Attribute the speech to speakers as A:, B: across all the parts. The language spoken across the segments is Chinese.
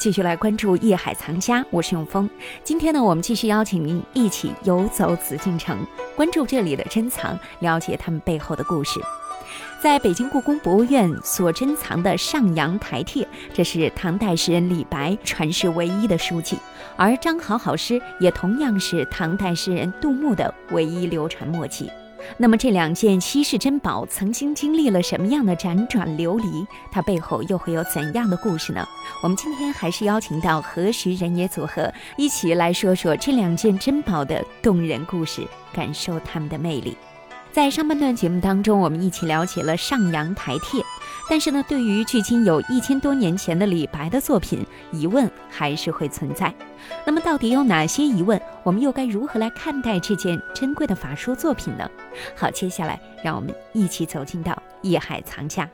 A: 继续来关注《夜海藏家》，我是永峰。今天呢，我们继续邀请您一起游走紫禁城，关注这里的珍藏，了解他们背后的故事。在北京故宫博物院所珍藏的《上阳台帖》，这是唐代诗人李白传世唯一的书籍，而张好好诗也同样是唐代诗人杜牧的唯一流传墨迹。那么这两件稀世珍宝曾经经历了什么样的辗转流离？它背后又会有怎样的故事呢？我们今天还是邀请到何时人也组合一起来说说这两件珍宝的动人故事，感受它们的魅力。在上半段节目当中，我们一起了解了《上阳台帖》，但是呢，对于距今有一千多年前的李白的作品，疑问还是会存在。那么，到底有哪些疑问？我们又该如何来看待这件珍贵的法书作品呢？好，接下来让我们一起走进到夜海藏家。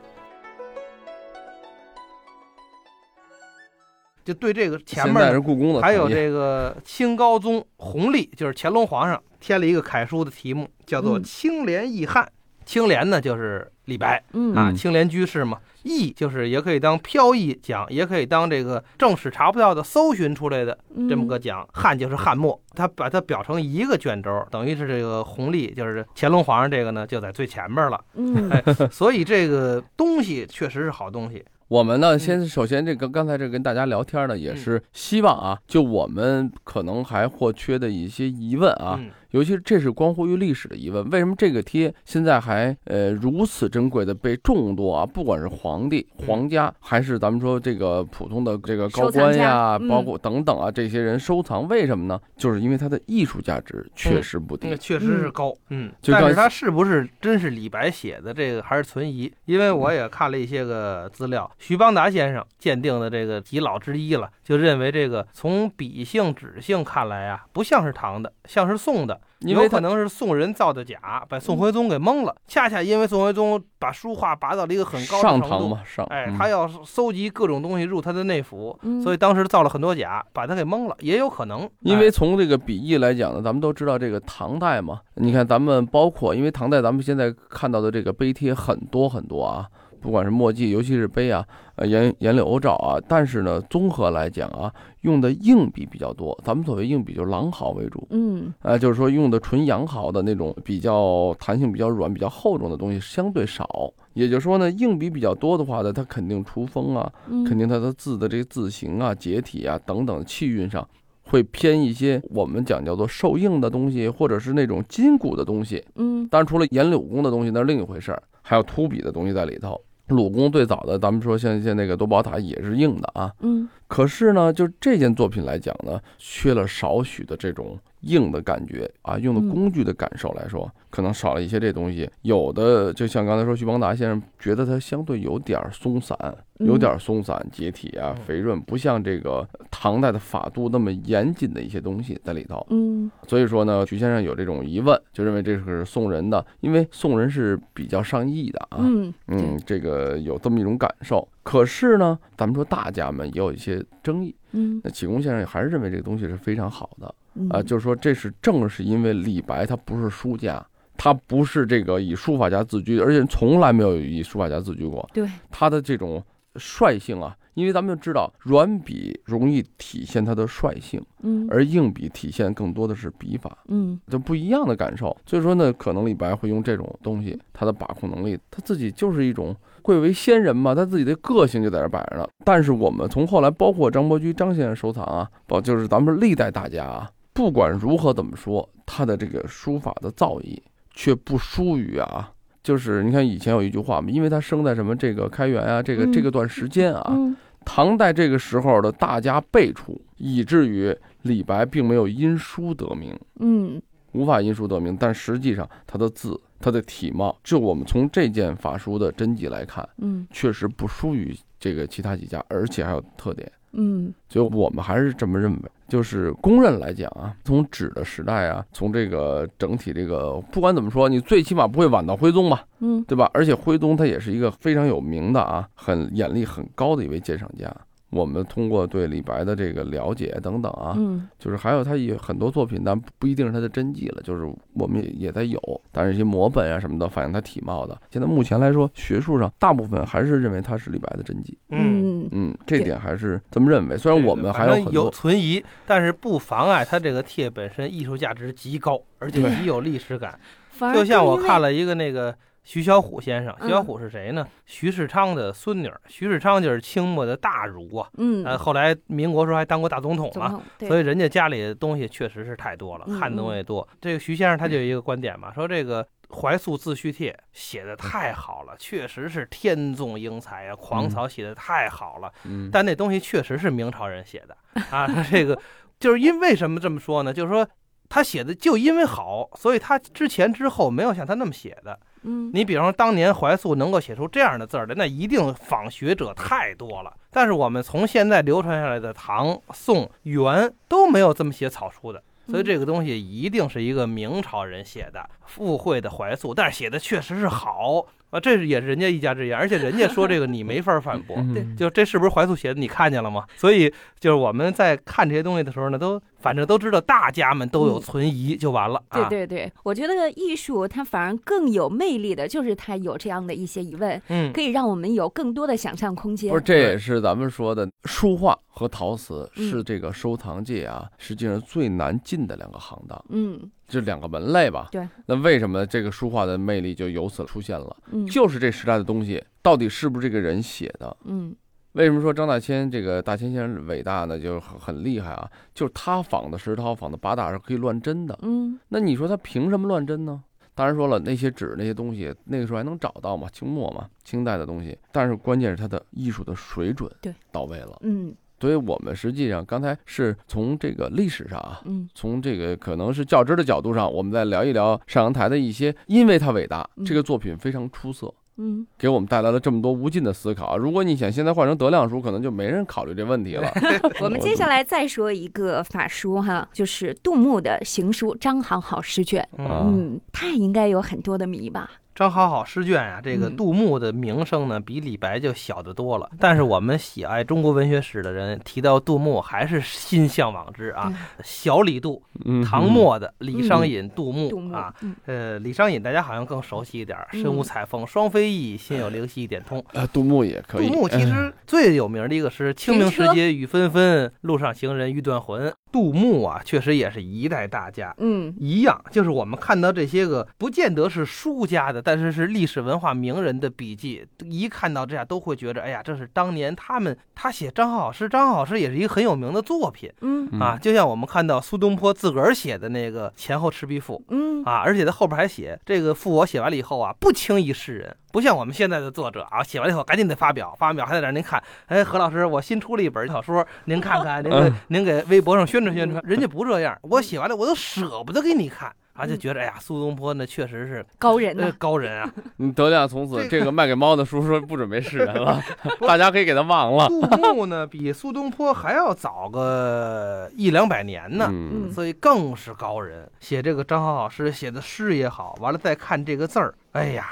B: 就对这个
C: 现
B: 前面
C: 在
B: 儿
C: 是故宫的，
B: 还有这个清高宗弘历，就是乾隆皇上添了一个楷书的题目，叫做“
A: 嗯
B: 青莲易汉”。青莲呢，就是李白
A: 嗯
B: 啊，
C: 嗯
B: 青莲居士嘛。易就是也可以当飘逸讲，也可以当这个正史查不到的搜寻出来的
A: 嗯
B: 这么个讲。汉就是汉末，他把它表成一个卷轴，等于是这个弘历就是乾隆皇上这个呢就在最前面 了。
A: 嗯
B: 哎，所以这个东西确实是好东西。
C: 我们呢，先首先这个刚才这跟大家聊天呢，也是希望
B: 嗯
C: 啊，就我们可能还或缺的一些疑问啊，
B: 嗯，
C: 尤其是这是关乎于历史的疑问，为什么这个贴现在还呃如此珍贵的被众多啊，不管是皇帝、
B: 嗯
C: 皇家，还是咱们说这个普通的这个高
A: 收藏
C: 官
A: 家
C: 呀，
A: 嗯
C: 包括等等啊，这些人收藏，为什么呢？就是因为它的艺术价值确实不低
B: 那。确实是高，嗯，
C: 就
B: 但
C: 刚
B: 是他是不是真是李白写的这个还是存疑？因为我也看了一些个资料，徐邦达先生鉴定的这个遗老之一了，就认为这个从笔性、纸性看来啊，不像是唐的，像是宋的，
C: 因为
B: 有可
C: 它
B: 能是宋人造的假，把宋徽宗给蒙了。恰恰因为宋徽宗把书画拔到了一个很高的
C: 上
B: 程
C: 堂
B: 度，
C: 嘛，上
B: 哎
C: 嗯，
B: 他要搜集各种东西入他的内府，
A: 嗯
B: 所以当时造了很多假，把他给蒙了，也有可能，
C: 因
B: 哎
C: 为从这个笔意来讲呢，咱们都知道这个唐代嘛，你看咱们包括因为唐代咱们现在看到的这个碑帖很多很多啊，不管是墨迹，尤其是碑啊，呃颜颜柳欧照啊，但是呢，综合来讲啊，用的硬笔比较多。咱们所谓硬笔就是狼毫为主，
A: 嗯
C: 呃，就是说用的纯羊毫的那种比较弹性比较软、比较厚重的东西相对少。也就是说呢，硬笔比较多的话呢，它肯定出风啊，
A: 嗯，
C: 肯定它的字的这个字形啊、节体啊等等气韵上，会偏一些我们讲叫做受硬的东西，或者是那种筋骨的东西。
A: 嗯
C: 当然，除了颜柳工的东西那是另一回事儿，还有秃笔的东西在里头。鲁工最早的，咱们说像像那个多宝塔也是硬的啊，
A: 嗯
C: 可是呢，就这件作品来讲呢，缺了少许的这种硬的感觉啊，用的
A: 嗯
C: 工具的感受来说，可能少了一些这东西。有的就像刚才说徐邦达先生，觉得它相对有点儿松散，
A: 嗯
C: 有点儿松散、解体啊、
B: 嗯
C: 肥润，不像这个唐代的法度那么严谨的一些东西在里头。
A: 嗯
C: 所以说呢，徐先生有这种疑问，就认为这是宋人的，因为宋人是比较上意的啊。
A: 嗯
C: 嗯，这个有这么一种感受。可是呢，咱们说大家们也有一些争议。
A: 嗯
C: 那启功先生还是认为这个东西是非常好的
A: 嗯
C: 啊、就是说这是正是因为李白他不是书家，他不是这个以书法家自居，而且从来没有以书法家自居过，
A: 对
C: 他的这种率性啊，因为咱们就知道软笔容易体现他的率性，
A: 嗯
C: 而硬笔体现更多的是笔法。
A: 嗯
C: 就不一样的感受。所以说呢，可能李白会用这种东西，他的把控能力，他自己就是一种贵为先人嘛，他自己的个性就在这摆着了。但是我们从后来，包括张伯驹、张先生收藏啊，包就是咱们历代大家啊，不管如何怎么说，他的这个书法的造诣却不输于啊。就是你看以前有一句话嘛，因为他生在什么这个开元啊，这个
A: 嗯
C: 这个段时间啊，
A: 嗯
C: 唐代这个时候的大家辈出，以至于李白并没有因书得名。
A: 嗯
C: 无法因书得名，但实际上他的字、他的体貌，就我们从这件法书的真迹来看，
A: 嗯
C: 确实不输于这个其他几家，而且还有特点。
A: 嗯
C: 所以我们还是这么认为，就是公认来讲啊，从纸的时代啊，从这个整体这个，不管怎么说，你最起码不会晚到徽宗吧，
A: 嗯
C: 对吧？而且徽宗他也是一个非常有名的啊，很眼力很高的一位鉴赏家。我们通过对李白的这个了解等等啊，
A: 嗯
C: 就是还有他也很多作品，但不一定是他的真迹了，就是我们也也在有，但是一些摹本啊什么的，反映他体貌的。现在目前来说，学术上大部分还是认为他是李白的真迹，
B: 嗯，
A: 嗯
C: 嗯，这点还是这么认为。虽然我们还有
B: 有
C: 很多
B: 存疑，但是不妨碍它这个帖本身艺术价值极高，而且
C: 对
B: 极有历史感。
A: 反而
B: 就像我
A: 更因为
B: 看了一个那个徐小虎先生，
A: 嗯
B: 徐小虎是谁呢？徐世昌的孙女儿，徐世昌就是清末的大儒啊，
A: 嗯
B: 呃，后来民国时候还当过大总统
A: 总
B: 嘛。
A: 统对
B: 所以人家家里的东西确实是太多了，
A: 嗯
B: 看的东西多。这个徐先生他就有一个观点嘛，说这个《怀素自叙帖》写
C: 嗯
B: 的太好了，确实是天纵英才啊，狂草写的太好了，
C: 嗯，
B: 但那东西确实是明朝人写的啊。这个就是因为什么这么说呢？就是说。他写的就因为好，所以他之前之后没有像他那么写的。
A: 嗯
B: 你比方说，当年怀素能够写出这样的字儿来，那一定仿学者太多了。但是我们从现在流传下来的唐、宋、元都没有这么写草书的，
A: 嗯
B: 所以这个东西一定是一个明朝人写的附会的怀素，但是写的确实是好啊，这是也是人家一家之言，而且人家说这个你没法反驳。
C: 嗯
A: 对
B: 就这是不是怀素写的？你看见了吗？所以就是我们在看这些东西的时候呢，都反正都知道大家们都有
A: 嗯
B: 存疑就完了啊。
A: 对对对，我觉得艺术它反而更有魅力的，就是它有这样的一些疑问，
B: 嗯
A: 可以让我们有更多的想象空间。
C: 不是，这也是咱们说的书画和陶瓷
A: 嗯
C: 是这个收藏界啊，实际上最难进的两个行当，
A: 嗯
C: 这两个门类吧。
A: 对，
C: 那为什么这个书画的魅力就由此出现了？
A: 嗯
C: 就是这时代的东西到底是不是这个人写的？
A: 嗯
C: 为什么说张大千这个大千先生伟大呢？就是很很厉害啊，就是他仿的石涛、仿的八大是可以乱真的。
A: 嗯
C: 那你说他凭什么乱真呢？当然说了，那些纸那些东西，那个时候还能找到嘛，清末嘛，清代的东西。但是关键是他的艺术的水准
A: 对
C: 到位了。
A: 嗯
C: 所以我们实际上刚才是从这个历史上啊，
A: 嗯
C: 从这个可能是较真儿的角度上，我们再聊一聊上阳台的一些，因为它伟大
A: 嗯，
C: 这个作品非常出色，
A: 嗯，
C: 给我们带来了这么多无尽的思考。啊如果你想现在换成德亮书，可能就没人考虑这问题了。
A: 我们接下来再说一个法书哈，就是杜牧的行书《张行好诗卷》。
C: 啊
A: 嗯，他应该有很多的谜吧？
B: 张好好诗卷啊，这个
A: 嗯
B: 杜牧的名声呢，比李白就小得多了。但是我们喜爱中国文学史的人提到杜牧，还是心向往之啊。小李杜，
C: 嗯
B: 唐末的李商隐、杜
C: 哦
A: 杜
B: 牧
A: 牧
B: 啊，，
A: 嗯
B: 呃，李商隐大家好像更熟悉一点儿，身无
A: 嗯
B: 彩凤双飞翼，心有灵犀一点通。
C: 呃，杜牧也可
B: 杜
C: 以。嗯
B: 牧其实最有名的一个诗《清明时节雨纷纷》，路上行人欲断魂。杜牧啊，确实也是一代大家。
A: 嗯
B: 一样，就是我们看到这些个不见得是书家的，但是是历史文化名人的笔记，一看到这样都会觉得，哎呀，这是当年他们他写张好诗，张好诗也是一个很有名的作品
A: 嗯
C: 嗯
B: 啊，就像我们看到苏东坡自个儿写的那个《前后赤壁赋》
A: 嗯
B: 啊，而且他后边还写这个赋，我写完了以后啊，不轻易示人，不像我们现在的作者啊，写完了以后赶紧得发表，发完表还得让您看，哎，何老师，我新出了一本小说，您看看，您给
C: 嗯
B: 您给微博上宣传宣传，人家不这样，我写完了我都舍不得给你看。啊，就觉得哎呀，苏东坡那确实是
A: 高人
B: 呃
A: 呢？
B: 高人啊！
C: 嗯德亮从此
B: 这
C: 这个卖给猫的书说不准备是人 了， 大家可以给他忘了。
B: 杜牧呢，比苏东坡还要早个一两百年呢。
C: 嗯
A: 嗯
B: 所以更是高人。写这个张好好诗写的诗也好，完了再看这个字儿，哎呀，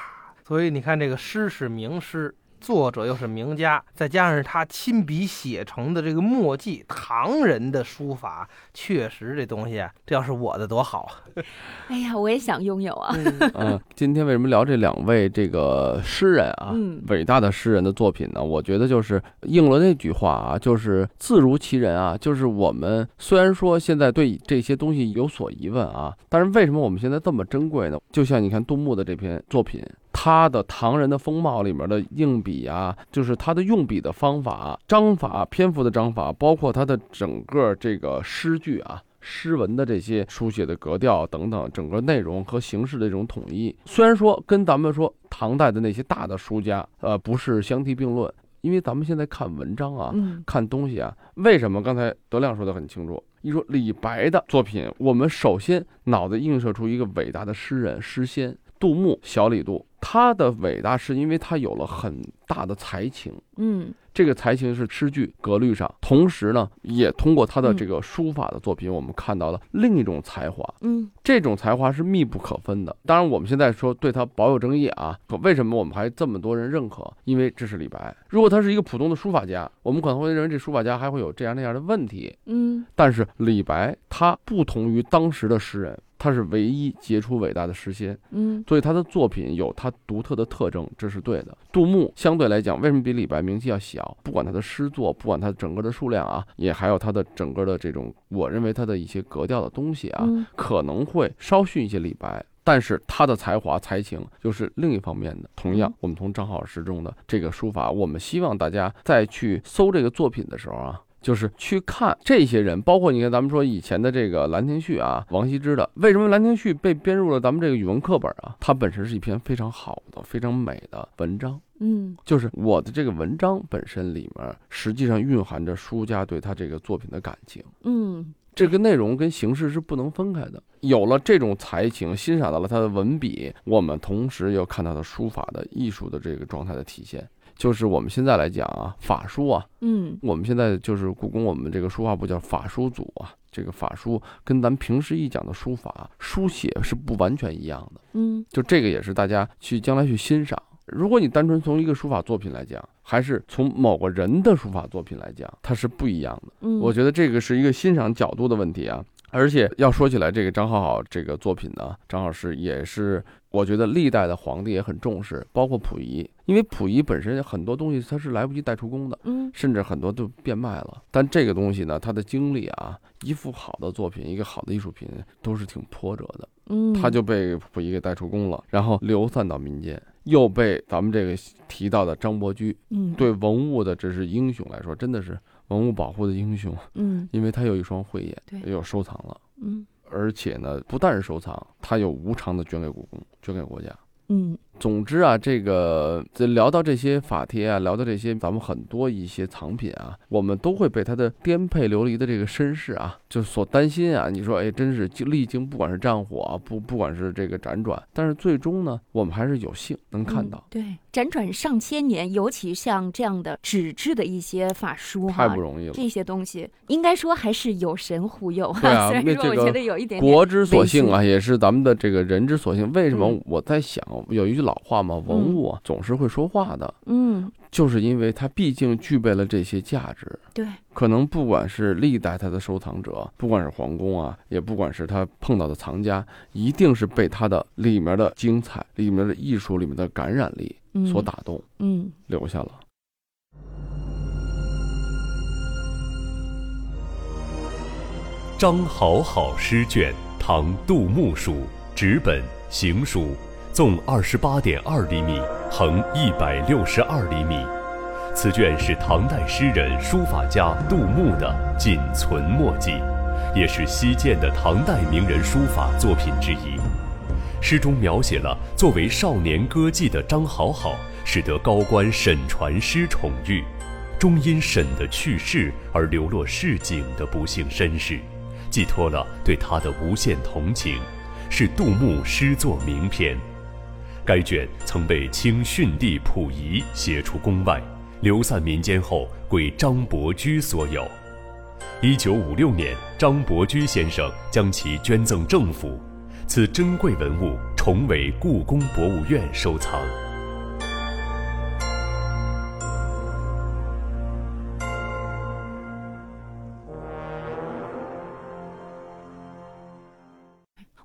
B: 所以你看这个诗是名诗，作者又是名家，再加上是他亲笔写成的这个墨迹，唐人的书法，确实这东西啊，这要是我的多好。啊
A: 哎呀，我也想拥有啊！
C: 嗯，今天为什么聊这两位这个诗人啊？
A: 嗯
C: 伟大的诗人的作品呢，我觉得就是应了那句话啊，就是自如其人啊，就是我们虽然说现在对这些东西有所疑问啊，但是为什么我们现在这么珍贵呢？就像你看杜牧的这篇作品，他的唐人的风貌里面的硬笔啊，就是他的用笔的方法、章法、篇幅的章法，包括他的整个这个诗句啊。诗文的这些书写的格调等等，整个内容和形式的这种统一，虽然说跟咱们说唐代的那些大的书家，呃，不是相提并论，因为咱们现在看文章啊，
A: 嗯
C: 看东西啊，为什么刚才德亮说的很清楚？一说李白的作品，我们首先脑子映射出一个伟大的诗人、诗仙，杜牧小李杜，他的伟大是因为他有了很大的才情。
A: 嗯
C: 这个才情是诗句格律上，同时呢，也通过他的这个书法的作品，我们看到了另一种才华。
A: 嗯
C: 这种才华是密不可分的。当然，我们现在说对他保有争议啊，可为什么我们还这么多人认可？因为这是李白。如果他是一个普通的书法家，我们可能会认为这书法家还会有这样那样的问题。
A: 嗯
C: 但是李白他不同于当时的诗人，他是唯一杰出伟大的诗仙，
A: 嗯
C: 所以他的作品有他独特的特征，这是对的。杜牧相对来讲，为什么比李白名气要小？不管他的诗作，不管他整个的数量啊，也还有他的整个的这种，我认为他的一些格调的东西啊，
A: 嗯
C: 可能会稍逊一些李白，但是他的才华才情又是另一方面的。同样
A: 嗯，
C: 我们从张好诗中的这个书法，我们希望大家在去搜这个作品的时候啊。就是去看这些人，包括你看咱们说以前的这个《兰亭序》啊，王羲之的，为什么《兰亭序》被编入了咱们这个语文课本啊？它本身是一篇非常好的、非常美的文章。
A: 嗯
C: 就是我的这个文章本身里面，实际上蕴含着书家对他这个作品的感情。
A: 嗯
C: 这个内容跟形式是不能分开的。有了这种才情，欣赏到了他的文笔，我们同时又看到他书法的艺术的这个状态的体现。就是我们现在来讲啊，法书啊，
A: 嗯
C: 我们现在就是故宫，我们这个书画部叫法书组啊。这个法书跟咱们平时一讲的书法书写是不完全一样的，
A: 嗯
C: 就这个也是大家去将来去欣赏。如果你单纯从一个书法作品来讲，还是从某个人的书法作品来讲，它是不一样的。
A: 嗯，
C: 我觉得这个是一个欣赏角度的问题啊。而且要说起来，这个张好好这个作品呢，张老师也是，我觉得历代的皇帝也很重视，包括溥仪，因为溥仪本身很多东西他是来不及带出宫的，
A: 嗯
C: 甚至很多都变卖了。但这个东西呢，他的经历啊，一幅好的作品，一个好的艺术品都是挺波折的。
A: 嗯，
C: 他就被溥仪给带出宫了，然后流散到民间，又被咱们这个提到的张伯驹
A: 嗯
C: 对文物的这是英雄来说，真的是文物保护的英雄。
A: 嗯
C: 因为他有一双慧眼，
A: 对
C: 也有收藏了，
A: 嗯
C: 而且呢，不但是收藏，他有无偿的捐给故宫，捐给国家。
A: 嗯
C: 总之啊，这个这聊到这些法帖啊，聊到这些咱们很多一些藏品啊，我们都会被他的颠沛流离的这个身世啊，就所担心啊。你说，哎，真是经历经不管是战火啊，不不管是这个辗转，但是最终呢，我们还是有幸能看到，
A: 嗯对，辗转上千年，尤其像这样的纸质的一些法书
C: 太
A: 哈
C: 不。容易了。
A: 这些东西应该说还是有神护佑
C: 对啊
A: 虽然
C: 那
A: 说
C: 这
A: 我
C: 个
A: 觉得有一点点
C: 国之所幸啊，也是咱们的这个人之所幸。为什么
A: 嗯
C: 我在想，有一句老话嘛，文物啊总是会说话的，
A: 嗯，
C: 就是因为它毕竟具备了这些价值。
A: 对，
C: 可能不管是历代它的收藏者，不管是皇宫啊，也不管是他碰到的藏家，一定是被它的里面的精彩、里面的艺术、里面的感染力
A: 嗯
C: 所打动，
A: 嗯
C: 留下了。
D: 张好好诗卷，唐·杜牧书，纸本行书，纵二十八点二厘米，横一百六十二厘米。此卷是唐代诗人、书法家杜牧的仅存墨迹，也是西晋的唐代名人书法作品之一。诗中描写了作为少年歌妓的张好好，使得高官沈传师宠遇，终因沈的去世而流落市井的不幸身世，寄托了对他的无限同情，是杜牧诗作名篇。该卷曾被清训帝溥仪写出宫外，流散民间后归张伯驹所有。一九五六年，张伯驹先生将其捐赠政府，此珍贵文物重为故宫博物院收藏。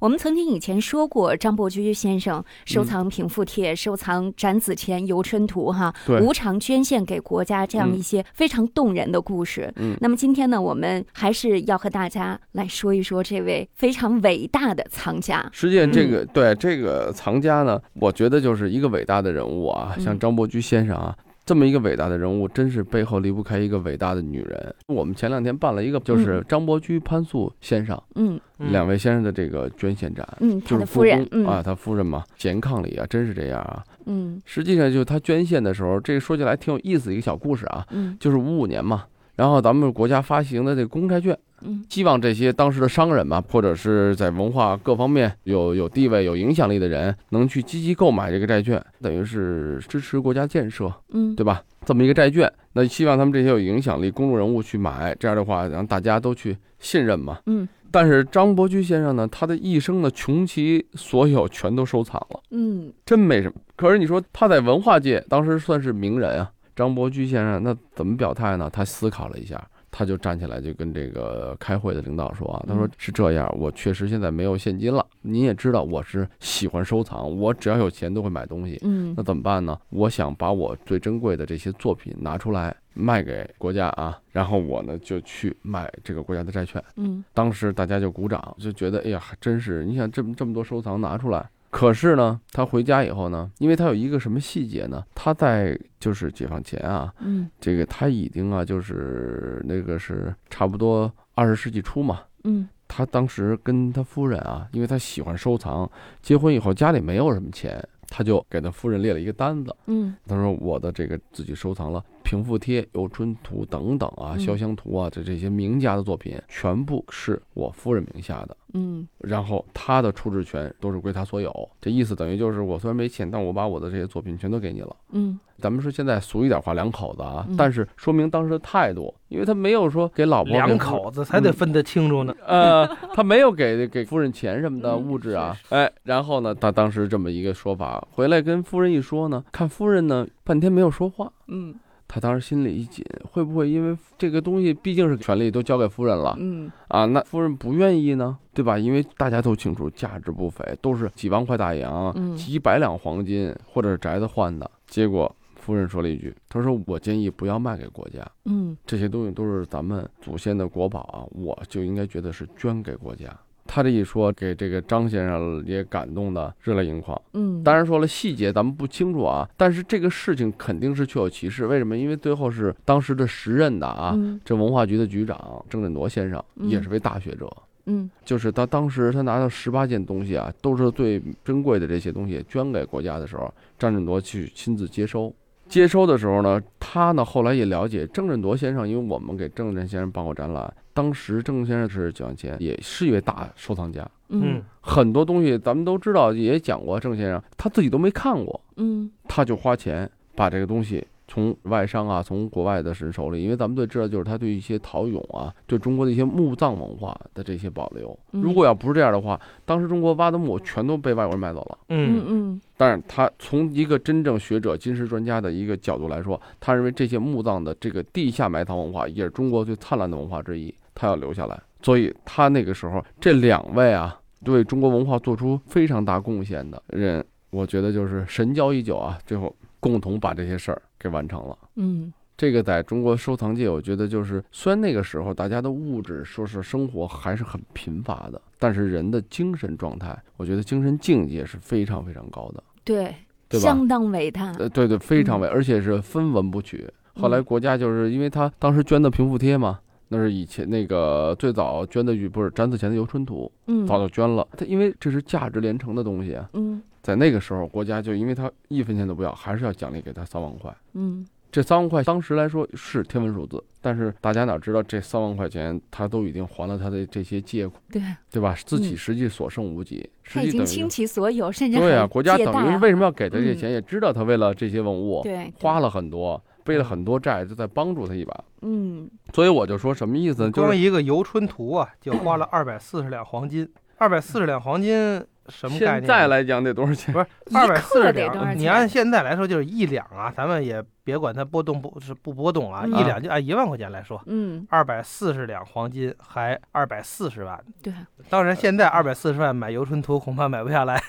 A: 我们曾经以前说过，张伯驹先生
C: 嗯
A: 收藏平复帖、收藏《展子虔游春图》哈，
C: 对
A: 无偿捐献给国家这样一些非常动人的故事。
C: 嗯
A: 那么今天呢，我们还是要和大家来说一说这位非常伟大的藏家。
C: 实际上，这
A: 嗯
C: 个、对这个藏家呢，我觉得就是一个伟大的人物啊，
A: 嗯
C: 像张伯驹先生啊。这么一个伟大的人物，真是背后离不开一个伟大的女人。我们前两天办了一个，就是张伯驹、潘素先生、
A: 嗯
C: 两位先生的这个捐献展，
A: 嗯，他
C: 就
A: 的
C: 是
A: 夫人
C: 故，宫
A: 嗯
C: 啊，他夫人嘛，贤伉俪啊，真是这样啊。
A: 嗯
C: 实际上，就是他捐献的时候，这个说起来挺有意思的一个小故事啊，
A: 嗯
C: 就是五五年嘛，然后咱们国家发行的这公债券，
A: 嗯
C: 希望这些当时的商人嘛，或者是在文化各方面有有地位、有影响力的人，能去积极购买这个债券，等于是支持国家建设，
A: 嗯，
C: 对吧？这么一个债券，那希望他们这些有影响力公众人物去买，这样的话让大家都去信任嘛。
A: 嗯
C: 但是张伯驹先生呢，他的一生呢，穷其所有全都收藏了。
A: 嗯
C: 真没什么。可是你说他在文化界当时算是名人啊，张伯驹先生那怎么表态呢？他思考了一下，他就站起来就跟这个开会的领导说啊，他说
A: 嗯
C: 是这样，我确实现在没有现金了。您也知道我是喜欢收藏，我只要有钱都会买东西。
A: 嗯
C: 那怎么办呢？我想把我最珍贵的这些作品拿出来卖给国家啊，然后我呢就去买这个国家的债券。
A: 嗯
C: 当时大家就鼓掌，就觉得哎呀，还真是你想这么这么多收藏拿出来。可是呢，他回家以后呢，因为他有一个什么细节呢？他在就是解放前啊，
A: 嗯
C: 这个他已经啊，就是那个是差不多二十世纪初嘛。
A: 嗯
C: 他当时跟他夫人啊，因为他喜欢收藏，结婚以后家里没有什么钱，他就给他夫人列了一个单子。
A: 嗯
C: 他说我的这个自己收藏了平复贴、游春图等等啊，
A: 嗯
C: 潇湘图啊，这这些名家的作品，全部是我夫人名下的。
A: 嗯
C: 然后他的处置权都是归他所有，这意思等于就是我虽然没钱，但我把我的这些作品全都给你了。
A: 嗯
C: 咱们说现在俗一点话，两口子啊
A: 嗯，
C: 但是说明当时的态度，因为他没有说给老婆
B: 两
C: 给夫
B: 口子才得分得清楚呢。
C: 呃，他没有给给夫人钱什么的
A: 嗯
C: 物质啊
A: 是，
C: 哎，然后呢，他当时这么一个说法，回来跟夫人一说呢，看夫人呢半天没有说话，
A: 嗯
C: 他当时心里一紧，会不会因为这个东西毕竟是权利都交给夫人了
A: 嗯
C: 啊？那夫人不愿意呢，对吧？因为大家都清楚，价值不菲，都是几万块大洋、
A: 嗯
C: 几百两黄金或者是宅子换的。结果夫人说了一句：“她说我建议不要卖给国家，
A: 嗯
C: 这些东西都是咱们祖先的国宝啊，我就应该觉得是捐给国家。”他这一说，给这个张先生也感动的热泪盈眶。
A: 嗯，
C: 当然说了细节咱们不清楚啊，但是这个事情肯定是确有其事。为什么？因为最后是当时的时任的啊，
A: 嗯
C: 这文化局的局长郑振铎先生
A: 嗯
C: 也是位大学者，
A: 嗯
C: 就是他当时他拿到十八件东西啊，都是最珍贵的这些东西捐给国家的时候，张振铎去亲自接收。接收的时候呢，他呢后来也了解郑振铎先生，因为我们给郑振先生办过展览，当时郑先生是解放前也是一位大收藏家，
B: 嗯
A: 嗯，
C: 很多东西咱们都知道，也讲过郑先生他自己都没看过，
A: 嗯
C: 他就花钱把这个东西从外商啊，从国外的人手里，因为咱们最知道就是他对一些陶俑啊，对中国的一些墓葬文化的这些保留。啊
A: 嗯
C: 如果要不是这样的话，当时中国挖的墓全都被外国人买走了。
B: 嗯，
A: 嗯
C: 但是他从一个真正学者、金石专家的一个角度来说，他认为这些墓葬的这个地下埋藏文化也是中国最灿烂的文化之一，他要留下来。所以他那个时候这两位啊，对中国文化做出非常大贡献的人，我觉得就是神交已久啊，最后共同把这些事儿给完成了。
A: 嗯
C: 这个在中国收藏界，我觉得就是，虽然那个时候大家的物质说是生活还是很贫乏的，但是人的精神状态，我觉得精神境界是非常非常高的。
A: 对，
C: 对吧
A: 相当伟大，
C: 呃，对对，非常
A: 嗯
C: 伟，而且是分文不取。后来
A: 嗯
C: 国家就是因为他当时捐的平复贴嘛，那是以前那个最早捐的不是詹子前的《游春图
A: 嗯》，
C: 早就捐了。他因为这是价值连城的东西啊，
A: 嗯
C: 在那个时候国家就因为他一分钱都不要，还是要奖励给他三万块。
A: 嗯
C: 这三万块当时来说是天文数字，但是大家哪知道这三万块钱他都已经还了他的这些借款，
A: 对，
C: 对吧？自己
A: 嗯
C: 实际所剩无几，实
A: 他已
C: 际
A: 经
C: 等于
A: 倾其所有，甚至
C: 对啊，
A: 还
C: 国家
A: 借
C: 等
A: 贷
C: 于是
A: 啊
C: 为什么要给他这些
A: 嗯
C: 钱？也知道他为了这些文物，
A: 对
C: 花
A: 了，
C: 了很多，背了很多债，就在帮助他一把。
A: 嗯
C: 所以我就说什么意思呢？嗯就
B: 光
C: 是
B: 一个游春图啊，就花了二百四十两黄金。二百四十两黄金什么概
C: 现
B: 念？
C: 在来讲得多少钱
B: 不？是
A: 一
B: 二百四
A: 克
B: 十
A: 得多少
B: 两，
A: 钱
B: 你按现在来说就是一两啊，咱们也别管它波动不是不波动啊，
A: 嗯
B: 一两就按一万块钱来说，
A: 嗯，
B: 二百四十两黄金还二百四十万。
A: 对，
B: 当然，现在二百四十万买游春图恐怕买不下 来。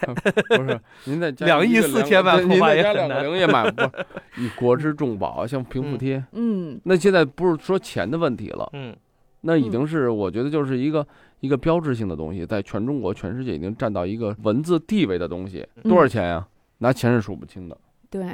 C: 不 是，您再加
B: 两亿
C: 一个
B: 四千万
C: 对您
B: 恐怕
C: 再
B: 也
C: 加
B: 很
C: 两个
B: 难
C: 零也买不。 以国之重宝，像平复
B: 嗯
C: 贴，
A: 嗯
C: 那现在不是说钱的问题了，
B: 嗯，
C: 那已经是我觉得就是一个一个标志性的东西，在全中国、全世界已经占到一个文字地位的东西。多少
A: 嗯
C: 钱呀？拿钱是数不清的。
A: 对，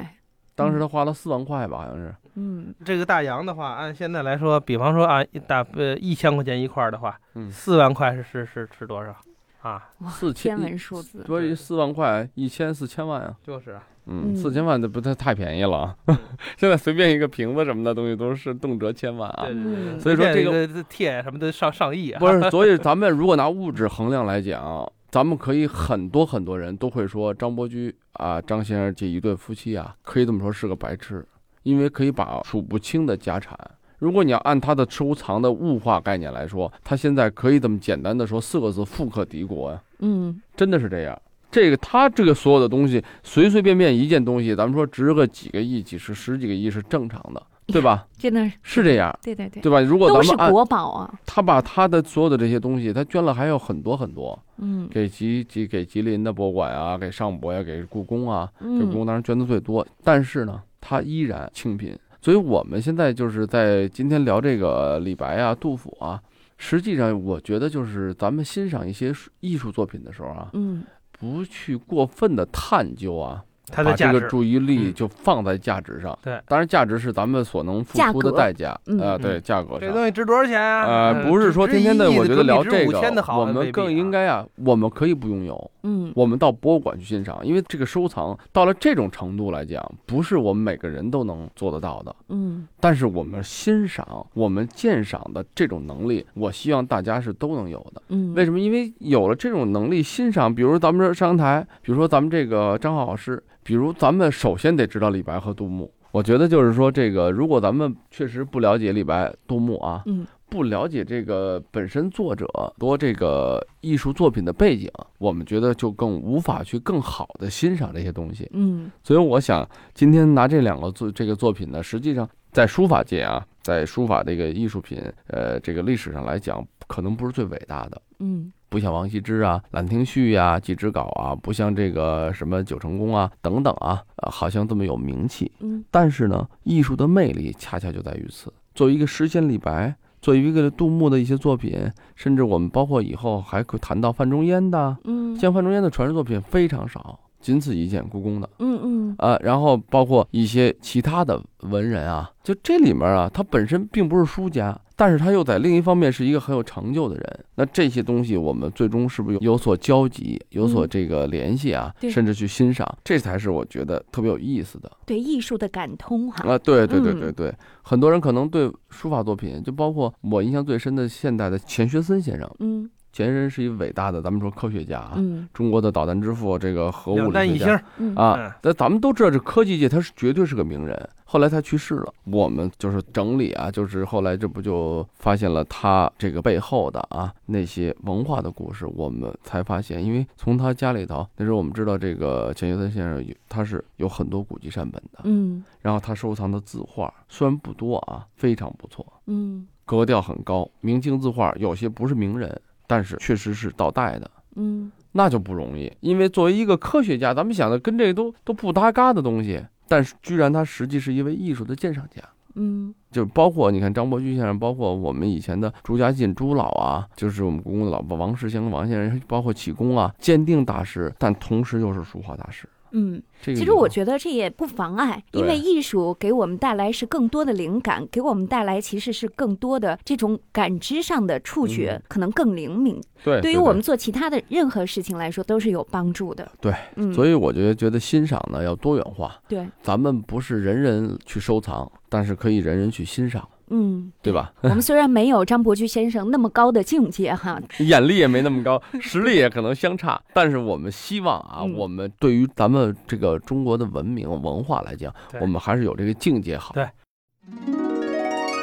C: 当时
A: 嗯
C: 他花了四万块吧，好像是。
A: 嗯
B: 这个大洋的话，按现在来啊说，比方说按一大呃一千块钱一块儿的话，
C: 嗯
B: 四万块是是是是多少？啊，
A: 哇
C: 四千
A: 天文数字，
C: 多一四万块，一千四千万啊，
B: 就是啊，
C: 嗯，
A: 嗯
C: 四千万这不太太便宜了啊
B: 嗯！
C: 现在随便一个瓶子什么的东西都是动辄千万啊
B: 对。对对，
A: 嗯
C: 所以说这
B: 这
C: 个
B: 个铁什么的上上亿啊，
C: 不是，所以咱们如果拿物质衡量来讲，咱们可以很多很多人都会说张伯驹啊、张先生这一对夫妻啊，可以这么说是个白痴，因为可以把数不清的家产。如果你要按他的收藏的物化概念来说，他现在可以这么简单的说四个字：富可敌国呀、
A: 嗯
C: 真的是这样。这个他这个所有的东西，随随便便一件东西，咱们说值个几个亿、几十十几个亿是正常的，对 吧？
A: 真的是，
C: 是这样，
A: 对对对，
C: 对吧？如果
A: 都
C: 咱
A: 是
C: 们按
A: 国宝啊，
C: 他把他的所有的这些东西，他捐了还有很多很多，
A: 嗯
C: 给吉吉给吉林的博物馆啊，给上博呀、给故宫啊，这故
A: 嗯
C: 宫当然捐的最多，但是呢，他依然清贫。所以我们现在就是在今天聊这个李白啊、杜甫啊，实际上我觉得就是咱们欣赏一些艺术作品的时候啊，
A: 嗯
C: 不去过分的探究啊，
B: 它的价
C: 把这
B: 值
C: 个注意力
B: 嗯
C: 就放在价值上。
B: 对
C: 当然价值是咱们所能付
A: 价
C: 出的
A: 格
C: 代价，
A: 嗯
C: 呃，对，价格
B: 这
C: 上。
B: 东西值多少钱啊？
C: 呃，
B: 嗯
C: 不是说天天的，我觉得聊这
B: 五千的
C: 个，
B: 好，
C: 我们更应该啊，我们可以不拥有，
A: 嗯
C: 我们到博物馆去欣赏，因为这个收藏到了这种程度来讲，不是我们每个人都能做得到的。
A: 嗯
C: 但是我们欣赏、我们鉴赏的这种能力，我希望大家是都能有的。
A: 嗯，
C: 为
A: 么？
C: 什么？因为有了这种能力欣赏，比如咱们这上台，比如说咱们这个张浩老师，比如咱们首先得知道李白和杜牧。我觉得就是说，这个如果咱们确实不了解李白、杜牧啊，
A: 嗯，
C: 不了解这个本身作者多这个艺术作品的背景，我们觉得就更无法去更好的欣赏这些东西。
A: 嗯
C: 所以我想今天拿这两个作这个作品呢，实际上在书法界啊，在书法这个艺术品，呃，这个历史上来讲，可能不是最伟大的。
A: 嗯
C: 不像王羲之啊、兰亭序啊、祭侄稿啊，不像这个什么九成宫啊等等啊，呃，好像这么有名气。
A: 嗯
C: 但是呢，艺术的魅力恰恰就在于此。作为一个诗仙李白，作为一个杜牧的一些作品，甚至我们包括以后还会谈到范仲淹的，啊
A: 嗯，
C: 像范仲淹的传世作品非常少，仅此一件故宫的。
A: 嗯嗯
C: 啊，然后包括一些其他的文人啊，就这里面啊，他本身并不是书家，但是他又在另一方面是一个很有成就的人。那这些东西，我们最终是不是有有所交集，有所
A: 嗯
C: 这个联系啊，
A: 对
C: 甚至去欣赏，这才是我觉得特别有意思的。
A: 对艺术的感通哈，
C: 啊，对对对对
A: 嗯
C: 对，很多人可能对书法作品，就包括我印象最深的现代的钱学森先生，
A: 嗯
C: 钱学森是一伟大的咱们说科学家啊，
A: 嗯
C: 中国的导弹之父，这个核
B: 不
C: 物
B: 两弹
C: 理
B: 一
C: 学家
B: 星，
A: 嗯
B: 嗯
C: 啊，那咱们都知道，这科技界他是绝对是个名人。后来他去世了，我们就是整理啊，就是后来这不就发现了他这个背后的啊那些文化的故事，我们才发现，因为从他家里头，那时候我们知道这个钱学森先生有他是有很多古籍善本的，
A: 嗯
C: 然后他收藏的字画虽然不多啊，非常不错，
A: 嗯
C: 格调很高，明清字画有些不是名人，但是确实是倒带的。
A: 嗯
C: 那就不容易，因为作为一个科学家，咱们想的跟这个都都不搭嘎的东西，但是居然他实际是一位艺术的鉴赏家，
A: 嗯
C: 就包括你看张伯驹先生，包括我们以前的朱家进朱老啊，就是我们故宫的老婆王世襄王先生，包括启功啊，鉴定大师，但同时又是书画大师。
A: 嗯，
C: 这个
A: 其实我觉得这也不妨碍，因
C: 对
A: 为艺术给我们带来是更多的灵感，给我们带来其实是更多的这种感知上的触觉，可能更灵敏，
C: 得嗯对
A: 对于我们做其他的任何事情来说都是有帮助的。
C: 对，
A: 嗯，
C: 所
A: 以
C: 以我觉得觉得欣赏呢要多元化，
A: 对，
C: 咱们不是人人去收藏，但是可以人人去欣赏，
A: 嗯，
C: 对吧？
A: 我们虽然没有张伯驹先生那么高的境界哈，
C: 眼力也没那么高，实力也可能相差。但是我们希望啊，
A: 嗯
C: 我们对于咱们这个中国的文明文化来讲，
B: 对
C: 我们还是有这个境界好
B: 对。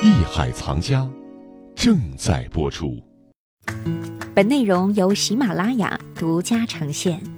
D: 艺海藏家正在播出。
A: 本内容由喜马拉雅独家呈现。